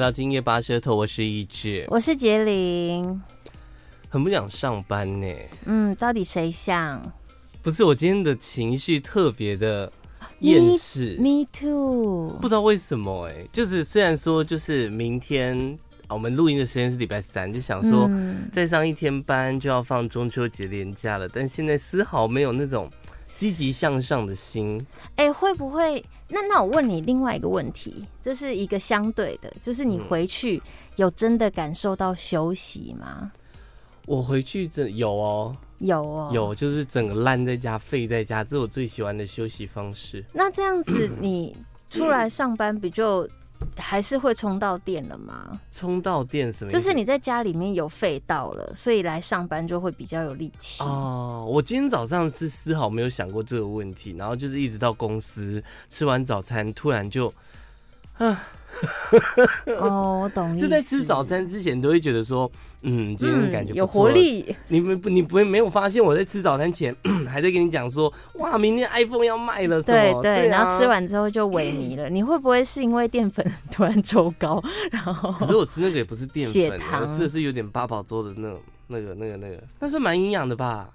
到今夜八舌头，我是一志，我是杰林。很不想上班呢。嗯，到底谁像不是，我今天的情绪特别的厌世， ？Me too。不知道为什么哎、就是虽然说就是明天、啊我们录音的时间是礼拜三，就想说嗯再上一天班就要放中秋节连假了，但现在丝毫没有那种积极向上的心。哎、会不会？那那我问你另外一个问题，这是一个相对的，就是你嗯回去有真的感受到休息吗？我回去这有哦，有哦，。有就是整个烂在家、废在家，这是我最喜欢的休息方式。那这样 子，你出来上班不就还是会充到电了吗？充到电什么意就思？是你在家里面有废到了，所以来上班就会比较有力气。哦，我今天早上是丝毫没有想过这个问题，然后就是一直到公司吃完早餐，突然就哦，我懂意思。就在吃早餐之前都会觉得说，嗯，今天感觉、嗯、有活。力。你们不，你不会没有发现我在吃早餐前 还在跟你讲说，哇，明天 iPhone 要卖了什对么？啊对，然后吃。完之后就萎靡了。你会不会是因为淀粉 突然抽高，然可后是我吃那个也不是淀血粉，糖我吃的是有点八宝粥的那种，那个、那个、那个，那算蛮营养的吧？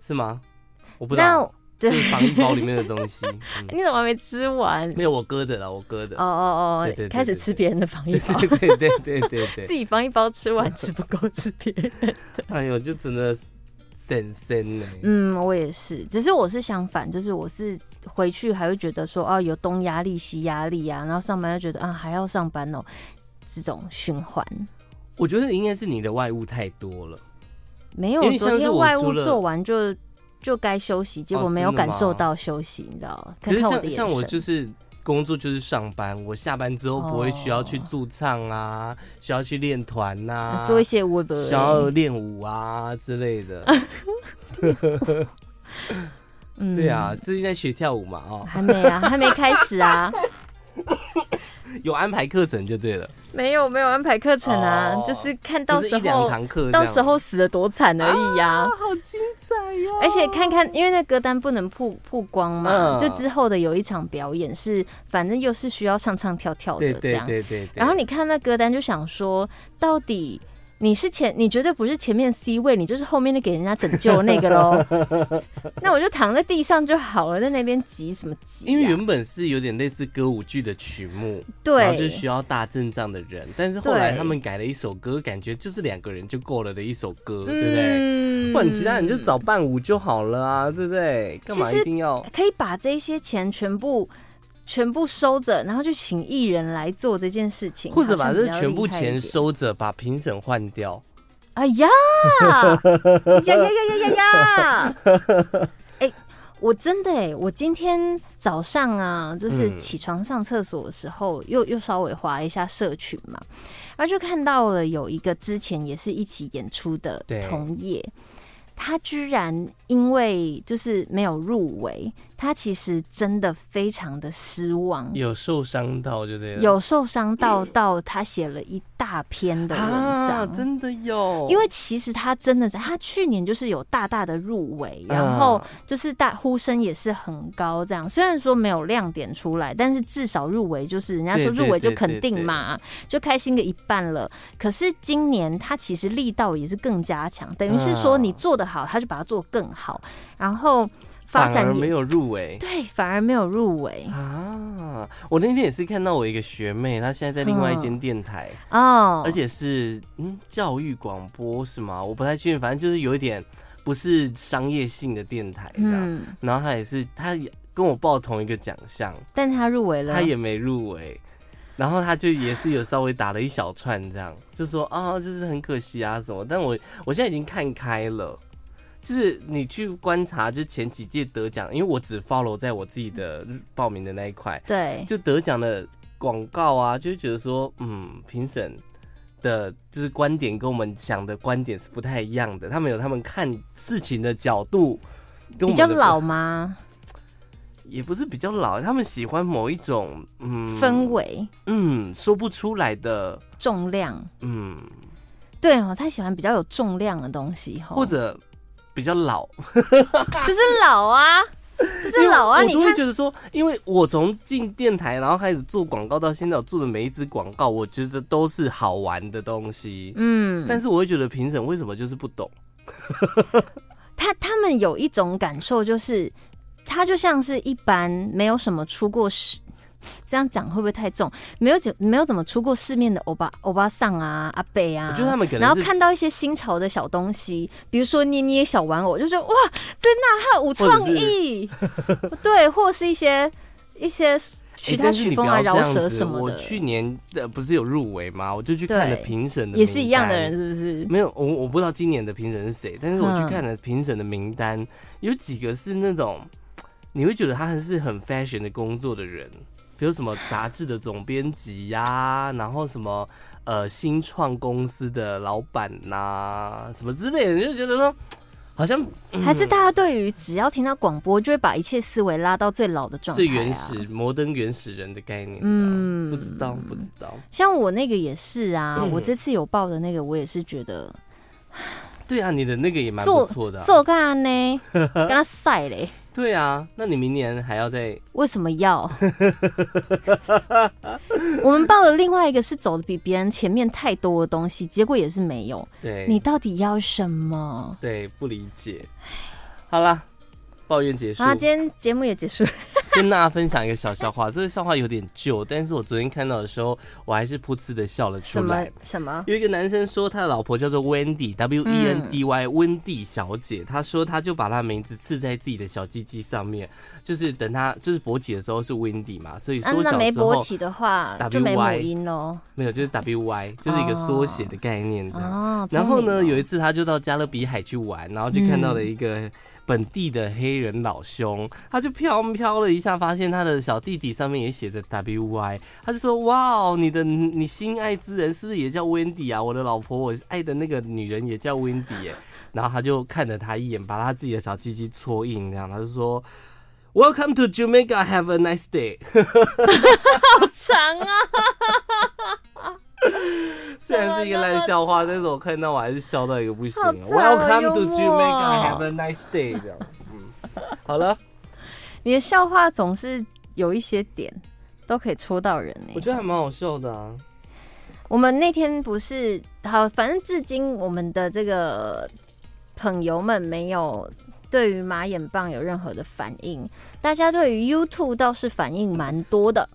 是吗？我不知那道，就对，是防疫包里面的东西。嗯 你怎么还没 吃完？没有我哥的啦，我哥的哦。哦对对对，哦开始对 吃对别人的防疫包，对对对对对对自己防疫包吃完吃不够，吃别 人。哎呦，就真的神神呢。嗯，我也是，只是我是相反，就是我是回去还会觉得说，哦，有东压力西压力啊，然后上班又觉得啊还要上班哦，这种循环。我觉得应该是你的外物太多了。没有因为，昨像是天我外除务了做完就就该休息，结果哦没有真的感受吗到休息，你知道吗？可是看看我的像眼像我神就是工作就是上班，我下班之后不会需要去驻唱啊，需要去练团呐，嗯 做一些 w e 需要练舞啊之类的。嗯对啊，，最近在学跳舞嘛， 哦，还没啊，还没开 始啊，有安排课程就对了，没有没有安排课程啊，哦就是看到不时是一两候堂课这样，到时候死的多惨而已呀、啊，好精彩哦呀！而且看看，因为那歌单不能曝曝光嘛，嗯就之后的有一场表演是，反正又是需要唱唱跳跳对的这对样。对对对，然后你看那歌单就想说，到底你是前，你绝对不是前面 C 位，你就是后面的给人家拯救的那个喽。 那我就躺在地上就好了，在那边急什么急、啊？因为原本是有点类似歌舞剧的曲目，然后就对，需要大阵仗的人，但是后来对他们改了一首歌，感觉就是两个人就够了的一首歌，对不对？嗯不然其他人就找伴舞就好了啊，对不对？干嘛其实哎一定要？可以把这些钱全部全部收着，然后就请艺人来做这件事情，或者把好像这比较全部厉害一点钱。收着，把评审换掉。哎呀，呀呀呀呀呀呀！ 哎、我真的哎、我今天早上啊，就是嗯起床上厕所的时候，又又稍微划了一下社群嘛，然后就看到了有一个之前也是一起演出的对同业。他居然因为就是没有入围，他其实真的非常的失望，有受伤到就对了。有受伤到到他写了一大篇的文章，啊，真的有，因为其实他真的是，他去年就是有大大的入围，啊然后就是大呼声也是很高，这样虽然说没有亮点出来，但是至少入围就是人家说对对入围就肯定嘛，就开心个一半了。可是今年他其实力道也是更加强，等于是说啊你做得好，他就把它做更好，然后发反展而也没有入围对，反而没有入围啊。我那天也是看到我一个学妹，她现在在另嗯外一间电台，啊哦，而且是嗯教育广播是吗？我不太确定，反正就是有一点不是商业性的电台这样。嗯，然后他也是，他也跟我报同一个奖项，但他入围了，他也没入围。然后他就也是有稍微打了一小串，这样就说啊、就是很可惜啊什么。但我我现在已经看开了，就是你去观察，就前几届得奖，因为我只 follow 在我自己的报名的那一块，对，就得奖的广告啊，就会觉得说，嗯，评审的就是观点跟我们想的观点是不太一样的，他们有他们看事情的角度，跟我比们较的不老吗？也不是比较老，他们喜欢某一种嗯氛，围、嗯，说不出来的，重量。嗯，对哦，他喜欢比较有重量的东西哦，或者比较老， 就是老啊，就是老啊，因为你我都会看觉得说，因为我从进电台，然后开始做广告到现在，我做的每一支广告，我觉得都是好玩的东西。嗯，但是我会觉得评审为什么就是不懂？他他们有一种感受，就是他就像是一般没有什么出过世，这样讲会不会太重？没有怎没有怎么出过世面的欧巴欧巴桑啊、阿贝啊，我觉得他们可能然后是看到一些新潮的小东西，比如说捏捏小玩偶，就觉得哇，真的啊好有创意， 对，或是一些一些哎其他但是曲你不风啊、要这饶样舌子。什么我的，去年呃不是有入围吗？我就去看了对评审的，也是一样的人，。是不是？没有，我我不知道今年的评审是谁，但是我嗯去看了评审的名单，有几个是那种你会觉得他是很 fashion 的工作的人，比如什么杂志的总编辑呀，然后什么呃新创公司的老板呐、什么之类的，你就觉得说好像还是大家对于只要听到广播，就会把一切思维拉到最老的状态、最啊，原始、摩登原始人的概念，嗯嗯，不知道不知道，像我那个也是啊，我这次有报的那个，我也是觉得对啊，你的那个也蛮不做错的、啊，做干呢，跟他赛嘞，对啊，那你明年还要再为什么要？ 我们报的另外一个是走的比别人前面太多的东西，结果也是没有。对你到底要什么？对，不理解。好啦，抱怨结束然。后今天节目也结束了，跟大家分享一个小笑话，这个笑话有点旧，但是我昨天看到的时候，我还是噗嗤的笑了出什么来。什么？有一个男生说他的老婆叫做 Wendy，W E N D 嗯 Y，温蒂小姐。他说他就把她名字刺在自己的小鸡鸡上面，就是等他就是勃起的时候是 Wendy 嘛，所以啊缩那小没之勃后起的话 WY 就没母音喽。没有就是 W Y，就是一个缩写的概念这样。哦，然后呢，聪明哦有一次他就到加勒比海去玩，然后就看到了一个本地的黑人老兄，他就飘飘了一下，发现他的小弟弟上面也写着 W Y，他就说：“哇哦，你的你心爱之人是不是也叫 Wendy 啊？我的老婆，我爱的那个女人也叫 Wendy 耶。” 然后他就看了他一眼，把他自己的小鸡鸡戳硬，这样他就说：“Welcome to Jamaica, have a nice day。”好长啊，虽然是一个烂笑话，但是我看到我还是笑到一个不行。好惨哦 Welcome 幽 to 默 Jamaica, have a nice day。这样，嗯，好了， 你的笑话总是有一些点都可以戳到人呢、我觉得还蛮好笑的啊。我们那天不是好，反正至今我们的这个朋友们没有对于马眼棒有任何的反应，大家对于 YouTube 倒是反应蛮多的。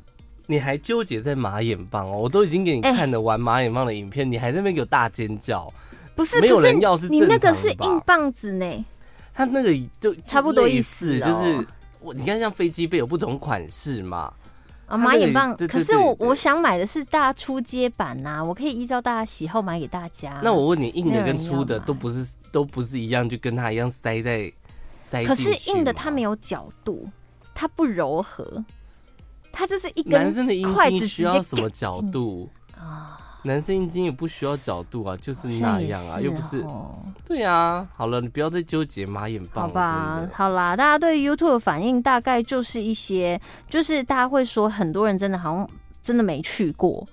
你还纠结在马眼棒哦？我都已经给你哎看了玩马眼棒的影片，你还在那边给我大尖叫。不是，没有不是人要是你正那个常是吧硬棒子呢，他那个就就差不多类意思似，哦就是我你看像飞机杯有不同款式嘛，啊，它马那眼个棒。对对可是我对对我想买的是大家出街版呐、我可以依照大家喜好买给大家。那我问你，硬啊没的有跟人粗的要买都不是都不是一样，就跟他一样塞在塞可进是去硬的吗它没有角度，它不柔和，它就是一男根生的阴筷茎子需直要接嗯什么角度？啊，男生阴茎也不需要角度啊，就是好像那也样啊，又不是。哦对啊，好了，你不要再纠结马眼棒好了，吧真，的好啦，大家对 YouTube 的反应大概就是一些，就是大家会说很多人真的好像真的没去过，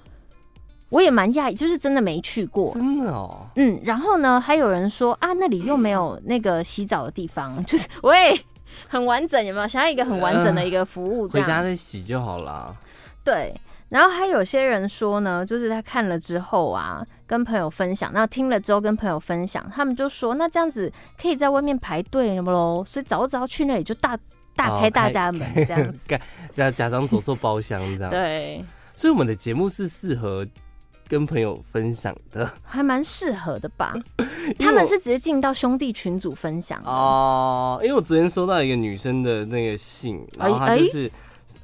我也蛮讶异，就是真的没去过。真的哦，嗯，然后呢，还有人说啊，那里又没有那个洗澡的地方，就是喂，很完整，有没有？想要一个很完整的一个服务，这回样。家再洗就好啦。对，然后还有些人说呢，就是他看了之后啊，跟朋友分享，那听了之后跟朋友分享，他们就说，那这样子可以在外面排队了喽，所以早早去那里就大大哦开大开 家的门这样子。假假装走错包厢这样。 对，所以我们的节目是适合跟朋友分享 的。还蛮适合的吧？因为他们我是直接进到兄弟群组分享的哦，因为我昨天收到一个女生的那个信，然后她哎就是。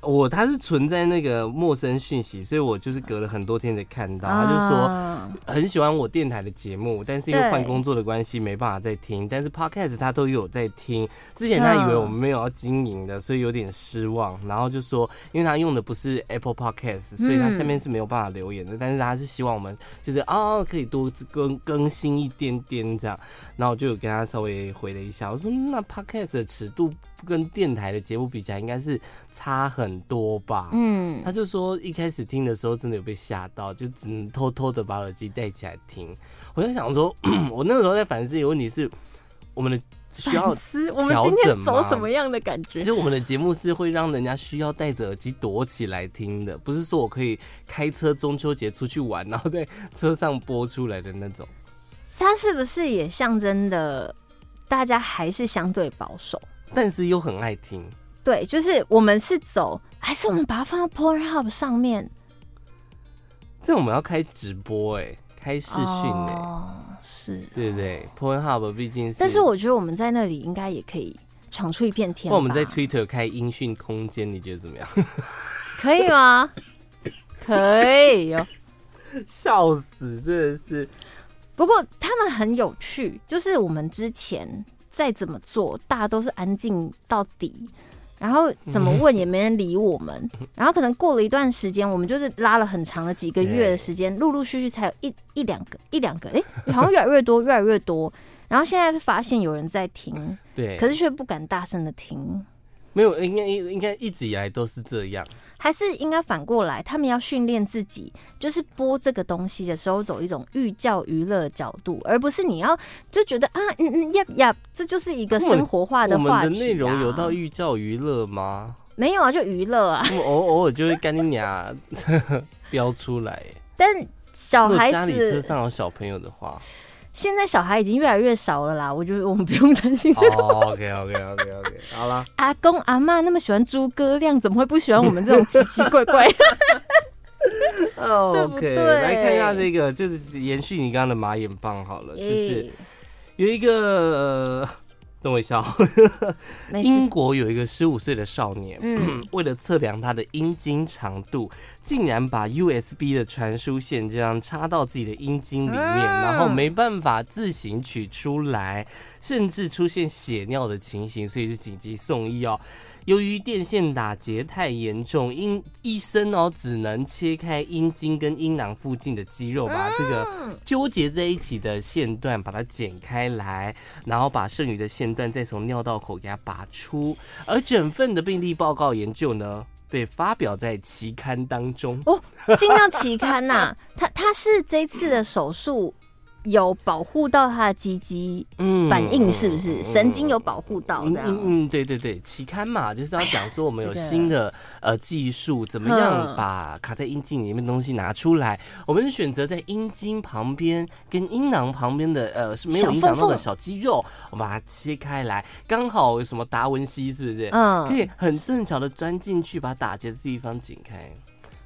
我她是存在那个陌生讯息，所以我就是隔了很多天才看到。她就说，啊很喜欢我电台的节目，但是因为对换工作的关系没办法再听，但是 podcast 他都有在听。之前他以为我们没有要经营的，所以有点失望，然后就说，因为他用的不是 Apple Podcast，所以他下面是没有办法留言的，但是他是希望我们就是哦可以多更更新一点点这样。然后我就有跟他稍微回了一下，我说嗯那 podcast 的尺度跟电台的节目比起来，应该是差很多吧？嗯他，就说一开始听的时候真的有被吓到，就只能偷偷的 把耳机戴起来听。我在想说，我那个时候在反思一个问题是，我们的需 要反思我们今天走什么样的感觉其？实我们的节目是会让人家需要戴着耳机躲起来听的，不是说我可以开车中秋节出去玩，然后在车上播出来的那种。它是不是也象征的大家还是相对保守？但是又很爱听，对，就是我们是走，还是我们把它放到 Pornhub 上面这我们要开直播哎、开视讯哎、哦，是。对不对？Pornhub 毕竟是，但是我觉得我们在那里应该也可以闯出一片天那吧。我们在 Twitter 开音讯空间，你觉得怎么样？ 可以吗？可以哦哟、笑死，真的是。不过他们很有趣，就是我们之前再怎么做，大家都是安静到底，然后怎么问也没人理我们。然后可能过了一段时间，我们就是拉了很长的几个月的时间，陆陆续续才有一一两个一两个，哎、好像越来越多，越来越多。然后现在发现有人在听，对，可是却不敢大声的听，没有，应该应该一直以来都是这样。还是应该反过来，他们要训练自己，就是播这个东西的时候走一种寓教于乐的角度，而不是你要就觉得啊，嗯嗯呀呀，这就是一个生活化我的话们题、的啊。内容有到寓教于乐吗？ 没有啊？就娱乐啊，我们偶偶尔就会干牙 飙出来。但小如果哦孩家里车子上有小朋友的话，现在小孩已经越来越少了啦，我觉得我们不用担心。 哦，OK OK OK OK，好 啦，阿公阿妈那么喜欢诸葛亮，怎么会不喜欢我们这种奇奇怪 怪？哎哦对不 OK，对来看一下这个，就是延续你刚刚的马眼棒好了，就是诶有一个，呃等我一下哦，没英事，国有一个十五岁的少年，嗯为了测量他的阴茎长度，竟然把 USB 的传输线这样插到自己的阴茎里面，嗯然后没办法自行取出来，甚至出现血尿的情形，所以是紧急送医哦。由于电线打结太严重，医医生哦只能切开阴茎跟阴囊附近的肌肉，把这个纠结在一起的线段把它剪开来，然后把剩余的线段再从尿道口给它拔出。而整份的病例报告研究呢，被发表在期刊当中。嗯 进到期刊呐、他他是这次的手术有保护到他的鸡鸡嗯反应，是不是、神经有保护到嗯这样？嗯嗯，对对对，期刊嘛，就是要讲说我们有这个新的呃技术，怎么嗯样把卡在阴茎里面的东西拿出来。我们选择在阴茎旁边跟阴囊旁边的呃是没有小影响到缝的缝小肌肉，我们把它切开来，刚好有什么达文西是不是？嗯可以很正巧的钻进去，把打结的地方剪开，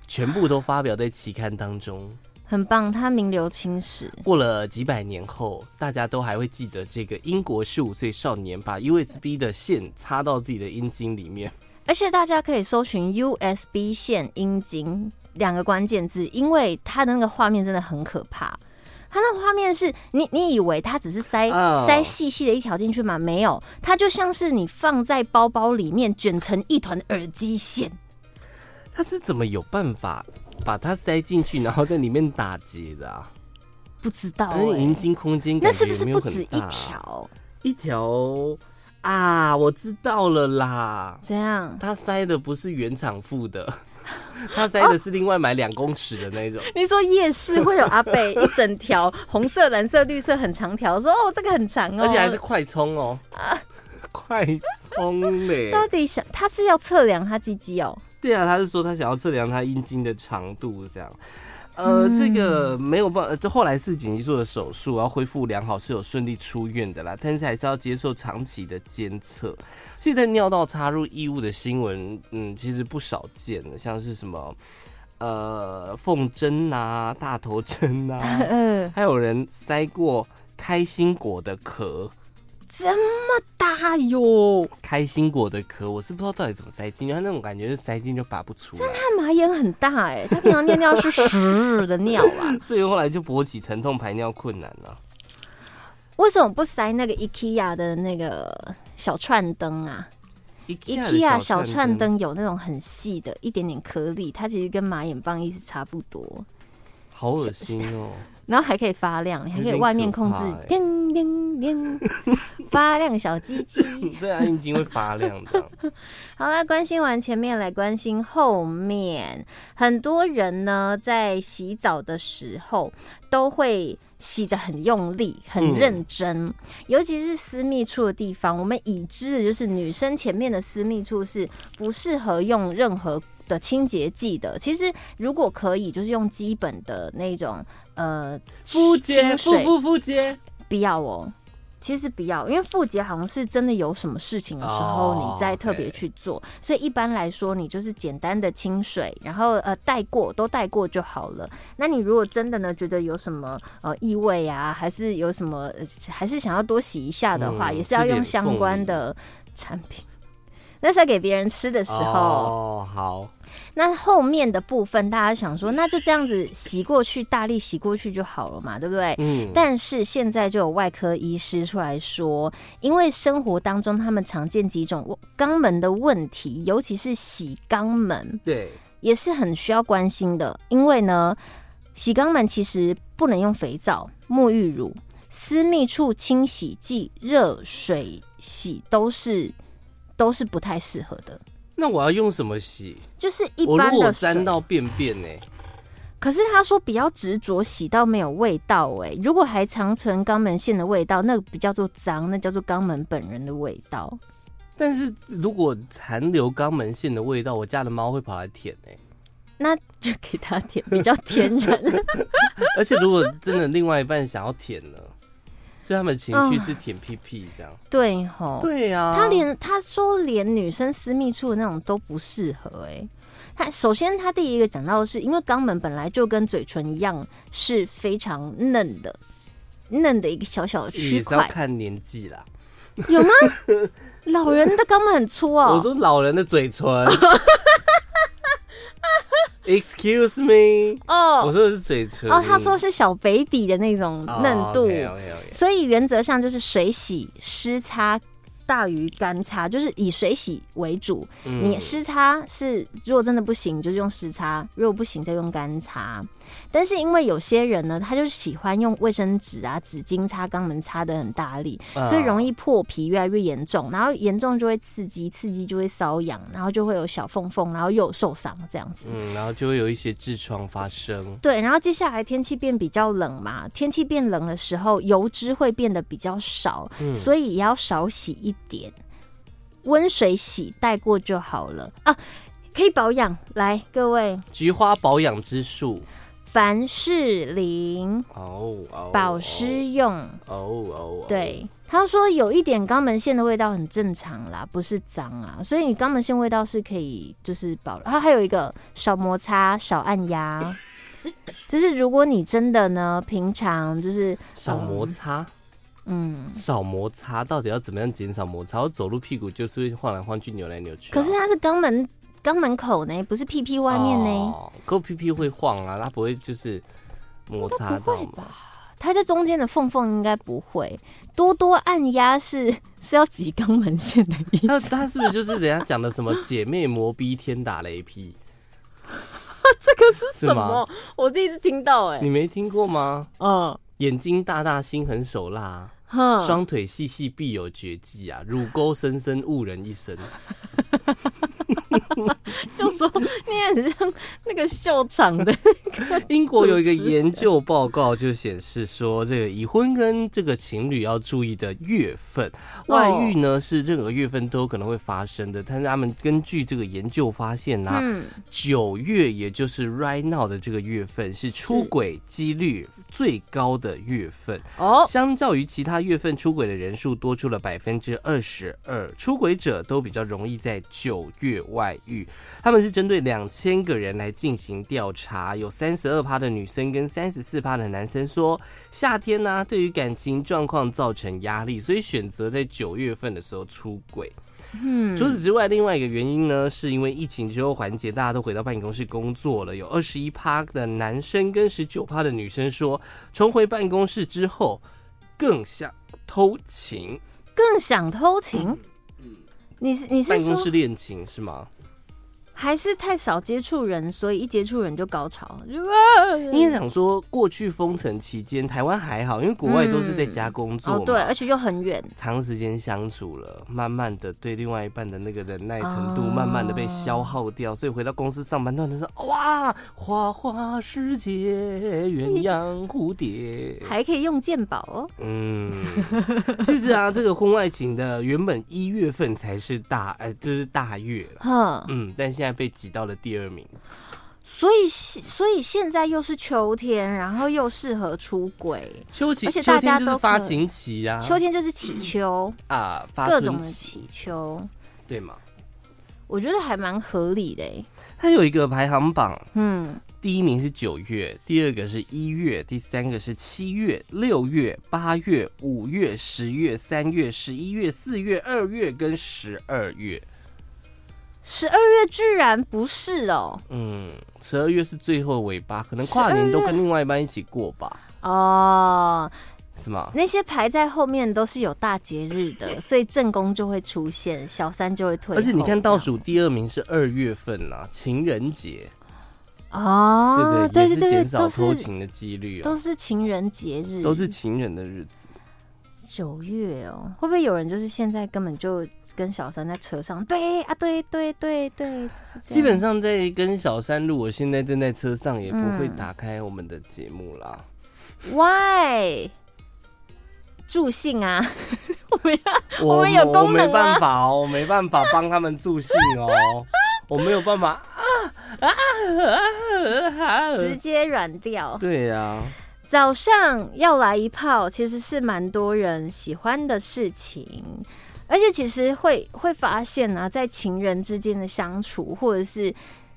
全部都发表在期刊当中。很棒，他名留青史。过了几百年后，大家都还会记得这个英国十五岁少年把 USB 的线插到自己的阴茎里面。而且大家可以搜寻 USB 线阴茎两个关键字，因为它的那个画面真的很可怕。它那个画面是你，你以为它只是塞、哦塞细细的一条进去吗？没有，它就像是你放在包包里面卷成一团的耳机线。他是怎么有办法把它塞进去，然后在里面打结的啊？不知道、可是欸阴，茎空间那感是觉不也是没不有止很一大啊，条？一条啊，我知道了啦。怎样？他塞的不是原厂付的， 他塞的是另外买两公尺的那种。你说夜市会有阿贝一整条红色、蓝色、绿色很长条，说哦这个很长哦，而且还是快充哦，啊 快充嘞！到底想他是要测量他鸡鸡哦，对啊，他是说他想要测量他阴茎的长度这样。呃，这个没有办法，这后来是紧急做的手术，然后恢复良好，是有顺利出院的啦。但是还是要接受长期的监测。所以在尿道插入异物的新闻，嗯，其实不少见的，像是什么呃缝针呐、大头针呐、呃，还有人塞过开心果的壳，这么大哟，开心果的壳，我是不知道到底怎么塞进去，它那种感觉是塞进就拔不出来。他马眼很大哎、他平常尿尿是屎的尿 啊， 所以后来就勃起疼痛排尿困难啊了、为什么不塞那个 IKEA 的那个小串灯啊 IKEA ？IKEA 小串，灯有那种很细的，一点点颗粒，它其实跟马眼棒意思差不多。好恶心 哦！然后还可以发亮，你还可有以点外面控可怕制欸叮 叮叮，发亮小鸡鸡。这样阴茎会发亮 的。好啦，关心完前面，来关心后面。很多人呢，在洗澡的时候都会洗得很用力、很认真，嗯尤其是私密处的地方，我们已知的就是女生前面的私密处是不适合用任何的清洁剂的。其实如果可以，就是用基本的那种呃肤洁，清水肤肤肤洁，不要哦。其实不要，因为复洁好像是真的有什么事情的时候，哦你再特别 OK 去做。所以一般来说，你就是简单的清水，然后呃带过都带过就好了。那你如果真的呢觉得有什么呃异味啊，还是有什么呃还是想要多洗一下的话，嗯也是要用相关的产品。那是在给别人吃的时候，哦，好，那后面的部分大家想说，那就这样子洗过去，大力洗过去就好了嘛，对不对？嗯，但是现在就有外科医师出来说，因为生活当中他们常见几种肛门的问题，尤其是洗肛门，对，也是很需要关心的。因为呢，洗肛门其实不能用肥皂、沐浴乳、私密处清洗剂、热水洗都是都是不太适合的。那我要用什么洗？就是一我般如果的水沾，到便便呢、可是他说比较执着，洗到没有味道哎、如果还长存肛门腺的味道，那个不叫做脏，那叫做肛门本人的味道。 但是如果残留肛门腺的味道，我家的猫会跑来舔呢、那就给他舔，比较天 然。而且如果真的另外一半想要舔呢，就他们情绪是舔屁屁这样。对吼，对啊，嗯哦他连他说连女生私密处的那种都不适合哎、他首先，他第一个讲到的是，因为肛门本来就跟嘴唇一样是非常嫩的，嫩的一个小小的区也是要块，看年纪啦。有吗？老人的肛门很粗哦。我说老人的嘴 唇。Excuse me，、哦，我说哦的是嘴唇。哦，他说是小 baby 的那种嫩度， o k o k o k 所以原则上就是水洗、湿擦大于干擦，就是以水洗为主。嗯你湿擦是如果真的不行，就是用湿擦；如果不行，再用干擦。但是因为有些人呢，他就是喜欢用卫生纸啊、纸巾擦肛门，擦的很大力，所以容易易破皮越来越严重，然后严重就会刺激，刺激就会瘙痒，然后就会有小缝缝，然后又有受伤这样子。嗯，然后就会有一些痔疮发生。对，然后接下来天气变比较冷嘛，天气变冷的时候，油脂会变得比较少，嗯所以也要少洗一点，温水洗带过就好了啊。可以保养，来各位，菊花保养之术，凡士林哦哦，保湿用，哦，哦哦，对。他说有一点肛门腺的味道很正常啦，不是脏啊，所以你肛门腺味道是可以就是保。然后还有一个少摩擦、少按压， 就是如果你真的呢，平常就是少摩擦，嗯，少摩擦，到底要怎么样减少摩擦？我走路屁股就是会晃来晃去、扭来扭去啊、可是它是肛门肛门口呢，不是屁屁外面呢，哦，可我屁屁会晃啊，它不会就是摩擦不到会嘛吧？哦它在中间的缝缝应该不会。多多按压是 是要挤肛门腺的 意思，那它是不是就是人家讲的什么姐妹磨逼天打雷劈？ 这个是是吗？我第一次听到哎、你没听过吗？嗯眼睛大大，心狠手辣啊，哼双腿细细必有绝技啊，乳沟深深误人一 生。就说你很像那个秀场 的，英国有一个研究报告就显示说，这个已婚跟这个情侣要注意的月份，哦外遇呢是任何月份都有可能会发生的。但是他们根据这个研究发现呐、嗯，九、月也就是 right now 的这个月份是出轨几率最高的月份，哦，相较于其他月份出轨的人数多出了百分之二十二，出轨者都比较容易在九月外遇。他们是针对两千个人来进行调查，有三十二趴的女生跟三十四趴的男生说，夏天呢、对于感情状况造成压力，所以选择在九月份的时候出轨。嗯，除此之外，另外一个原因呢，是因为疫情之后缓解，大家都回到办公室工作了。有二十一趴的男生跟十九趴的女生说，重回办公室之后更想偷情，嗯更想偷情。你是你是办公说室恋情是吗？还是太少接触人，所以一接触人就高 潮。哦应该讲说，过去封城期间，台湾还好，因为国外都是在家工作嘛，哦，对，而且又很远，长时间相处了，慢慢的对另外一半的那个忍耐程度，哦慢慢的被消耗掉，所以回到公司上班，突然说哇，花花世界，鸳鸯蝴蝶。还可以用鉴宝哦。嗯，其实啊，这个婚外情的原本一月份才是大，呃，就是大月了。哼，嗯，但现在被挤到了第二名。所以所以现在又是秋天，然后又适合出轨。秋期而且秋大家天就是都发可情期啊，秋天就是乞秋，啊发各春种的期乞秋，对嘛？我觉得还蛮合理的欸。它有一个排行榜，嗯，第一名是九月，第二个是一月，第三个是七月、六月、八月、五月、十月、三月、十一月、四月、二月跟十二月。十二月居然不是哦，嗯，十二月是最后尾巴，可能跨年都跟另外一半一起过吧，哦，是吗？那些排在后面都是有大节日 的，所以正宫就会出现，小三就会退后。而且你看倒数第二名是二月份啦、情人节，哦，对对不对对也是对减对，都少偷是情的几率哦、都是情人节日，都是情人的日子。九月哦，会不会有人就是现在根本就跟小三在车上？对啊，对对对对，就是这样基本上在跟小三录，我现在正在车上，也不嗯会打开我们的节目啦。 why 助兴啊， 我们要我我们有我功能吗没办法哦，我没办法帮他们助兴 哦，我没有办法啊啊啊啊！直接软掉。对呀、啊，早上要来一炮，其实是蛮多人喜欢的事情。而且其实会会发现啊，在情人之间的相处，或者是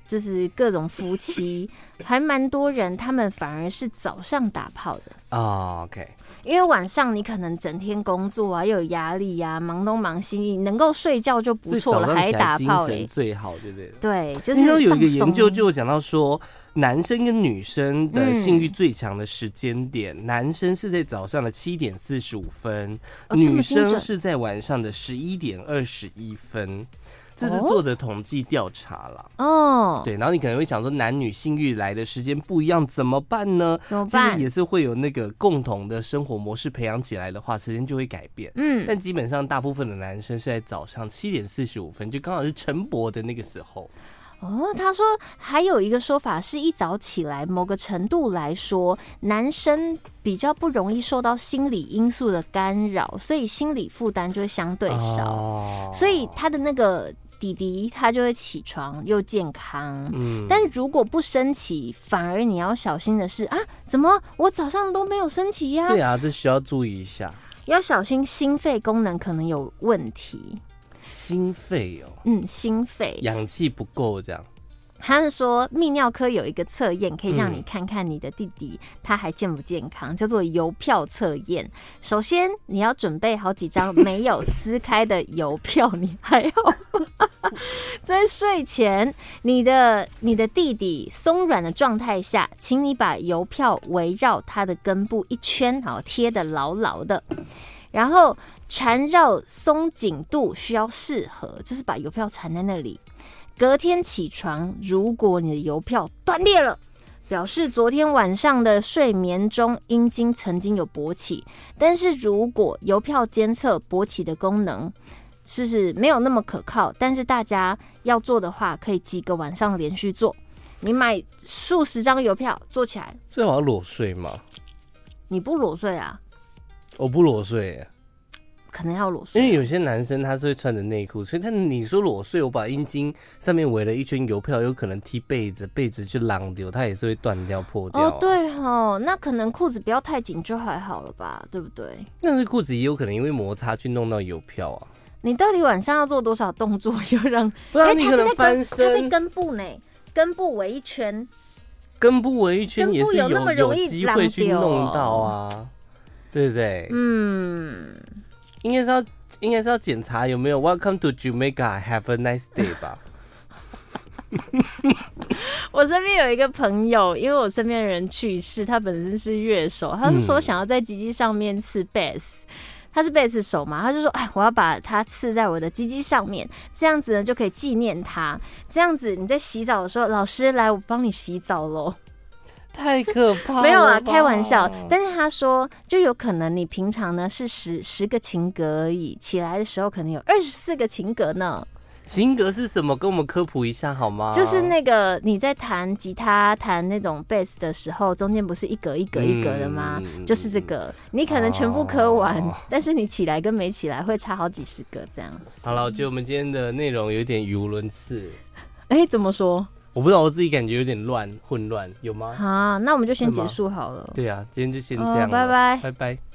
就是各种夫妻，还蛮多人他们反而是早上打炮的，啊，OK，因为晚上你可能整天工作啊，又有压力呀、忙东忙西，你能够睡觉就不所以错早了，上还起打来炮精嘞神。最好，对不对？对，欸就是那时候有一个研究放松就有讲到说，男生跟女生的性欲最强的时间点，嗯男生是在早上的七点四十五分，哦这么女精生准是在晚上的十一点二十一分。这是哦做的统计调查啦。哦，对，然后你可能会想说，男女性欲来的时间不一样，怎么办呢？怎么其实办？也是会有那个共同的生活模式培养起来的话，时间就会改变。嗯，但基本上大部分的男生是在早上七点四十五分，就刚好是晨勃的那个时候。哦，他说还有一个说法是，一早起来，某个程度来说，男生比较不容易受到心理因素的干扰，所以心理负担就会相对少，哦所以他的那个弟弟他就会起床又健康。嗯但如果不升起，反而你要小心的是啊，怎么我早上都没有升起呀、对啊，这需要注意一下要小心心肺功能可能有问题。心肺哦，嗯，心肺氧气不够这样。他是说泌尿科有一个测验，可以让你嗯看看你的弟弟他还健不健康，叫做邮票测验。首先，你要准备好几张没有撕开的邮票，你还要在睡前，你的你的弟弟松软的状态下，请你把邮票围绕他的根部一圈，好贴得牢牢的，然后缠绕松紧度需要适合，就是把邮票缠在那里。隔天起床，如果你的邮票断裂了，表示昨天晚上的睡眠中阴茎曾经有勃起。但是如果邮票监测勃起的功能就是没有那么可靠，但是大家要做的话，可以几个晚上连续做。你买数十张邮票做起来，所以我要裸睡吗？你不裸睡啊，我不裸睡欸耶，可能要裸因为睡。有些男生他是会穿着内裤，所以他你说裸睡，我把阴茎上面围了一圈邮票，有可能踢被子，被子去浪丢，它也是会断掉破掉、啊哦，，对哦，那可能裤子不要太紧就还好了吧，对不对？但是裤子也有可能因为摩擦去弄到邮票啊。你到底晚上要做多少动作， 要让不然哎，你它可是在能根，翻它在身，根部呢，根部围一圈。根部围一圈根也部是有那么容易有机会去浪丢哦弄到啊，对不对？嗯，应该是要应该是要检查有没有 Welcome to Jamaica, have a nice day 吧。我身边有一个朋友，因为我身边的人去世，他本身是乐手，他是说嗯想要在吉吉上面刺 bass，、他是贝斯手嘛，他就说，哎，我要把它刺在我的鸡鸡上面，这样子呢就可以纪念他。这样子你在洗澡的时候，老师来我帮你洗澡喽。太可怕了！没有啊，开玩笑。但是他说，就有可能你平常呢是十十个琴格而已，起来的时候可能有二十四个琴格呢。琴格是什么？跟我们科普一下好吗？就是那个你在弹吉他、弹那种贝斯的时候，中间不是一格一格一格的吗？嗯就是这个，你可能全部磕完，哦 但是你起来跟没起来会差好几十个这样。好了，我觉得我们今天的内容有点语无伦次，哎、怎么说我不知道我自己感觉有点乱混乱，有吗？啊？那我们就先会结吗束好了。对啊，今天就先哦这样了、拜拜拜拜。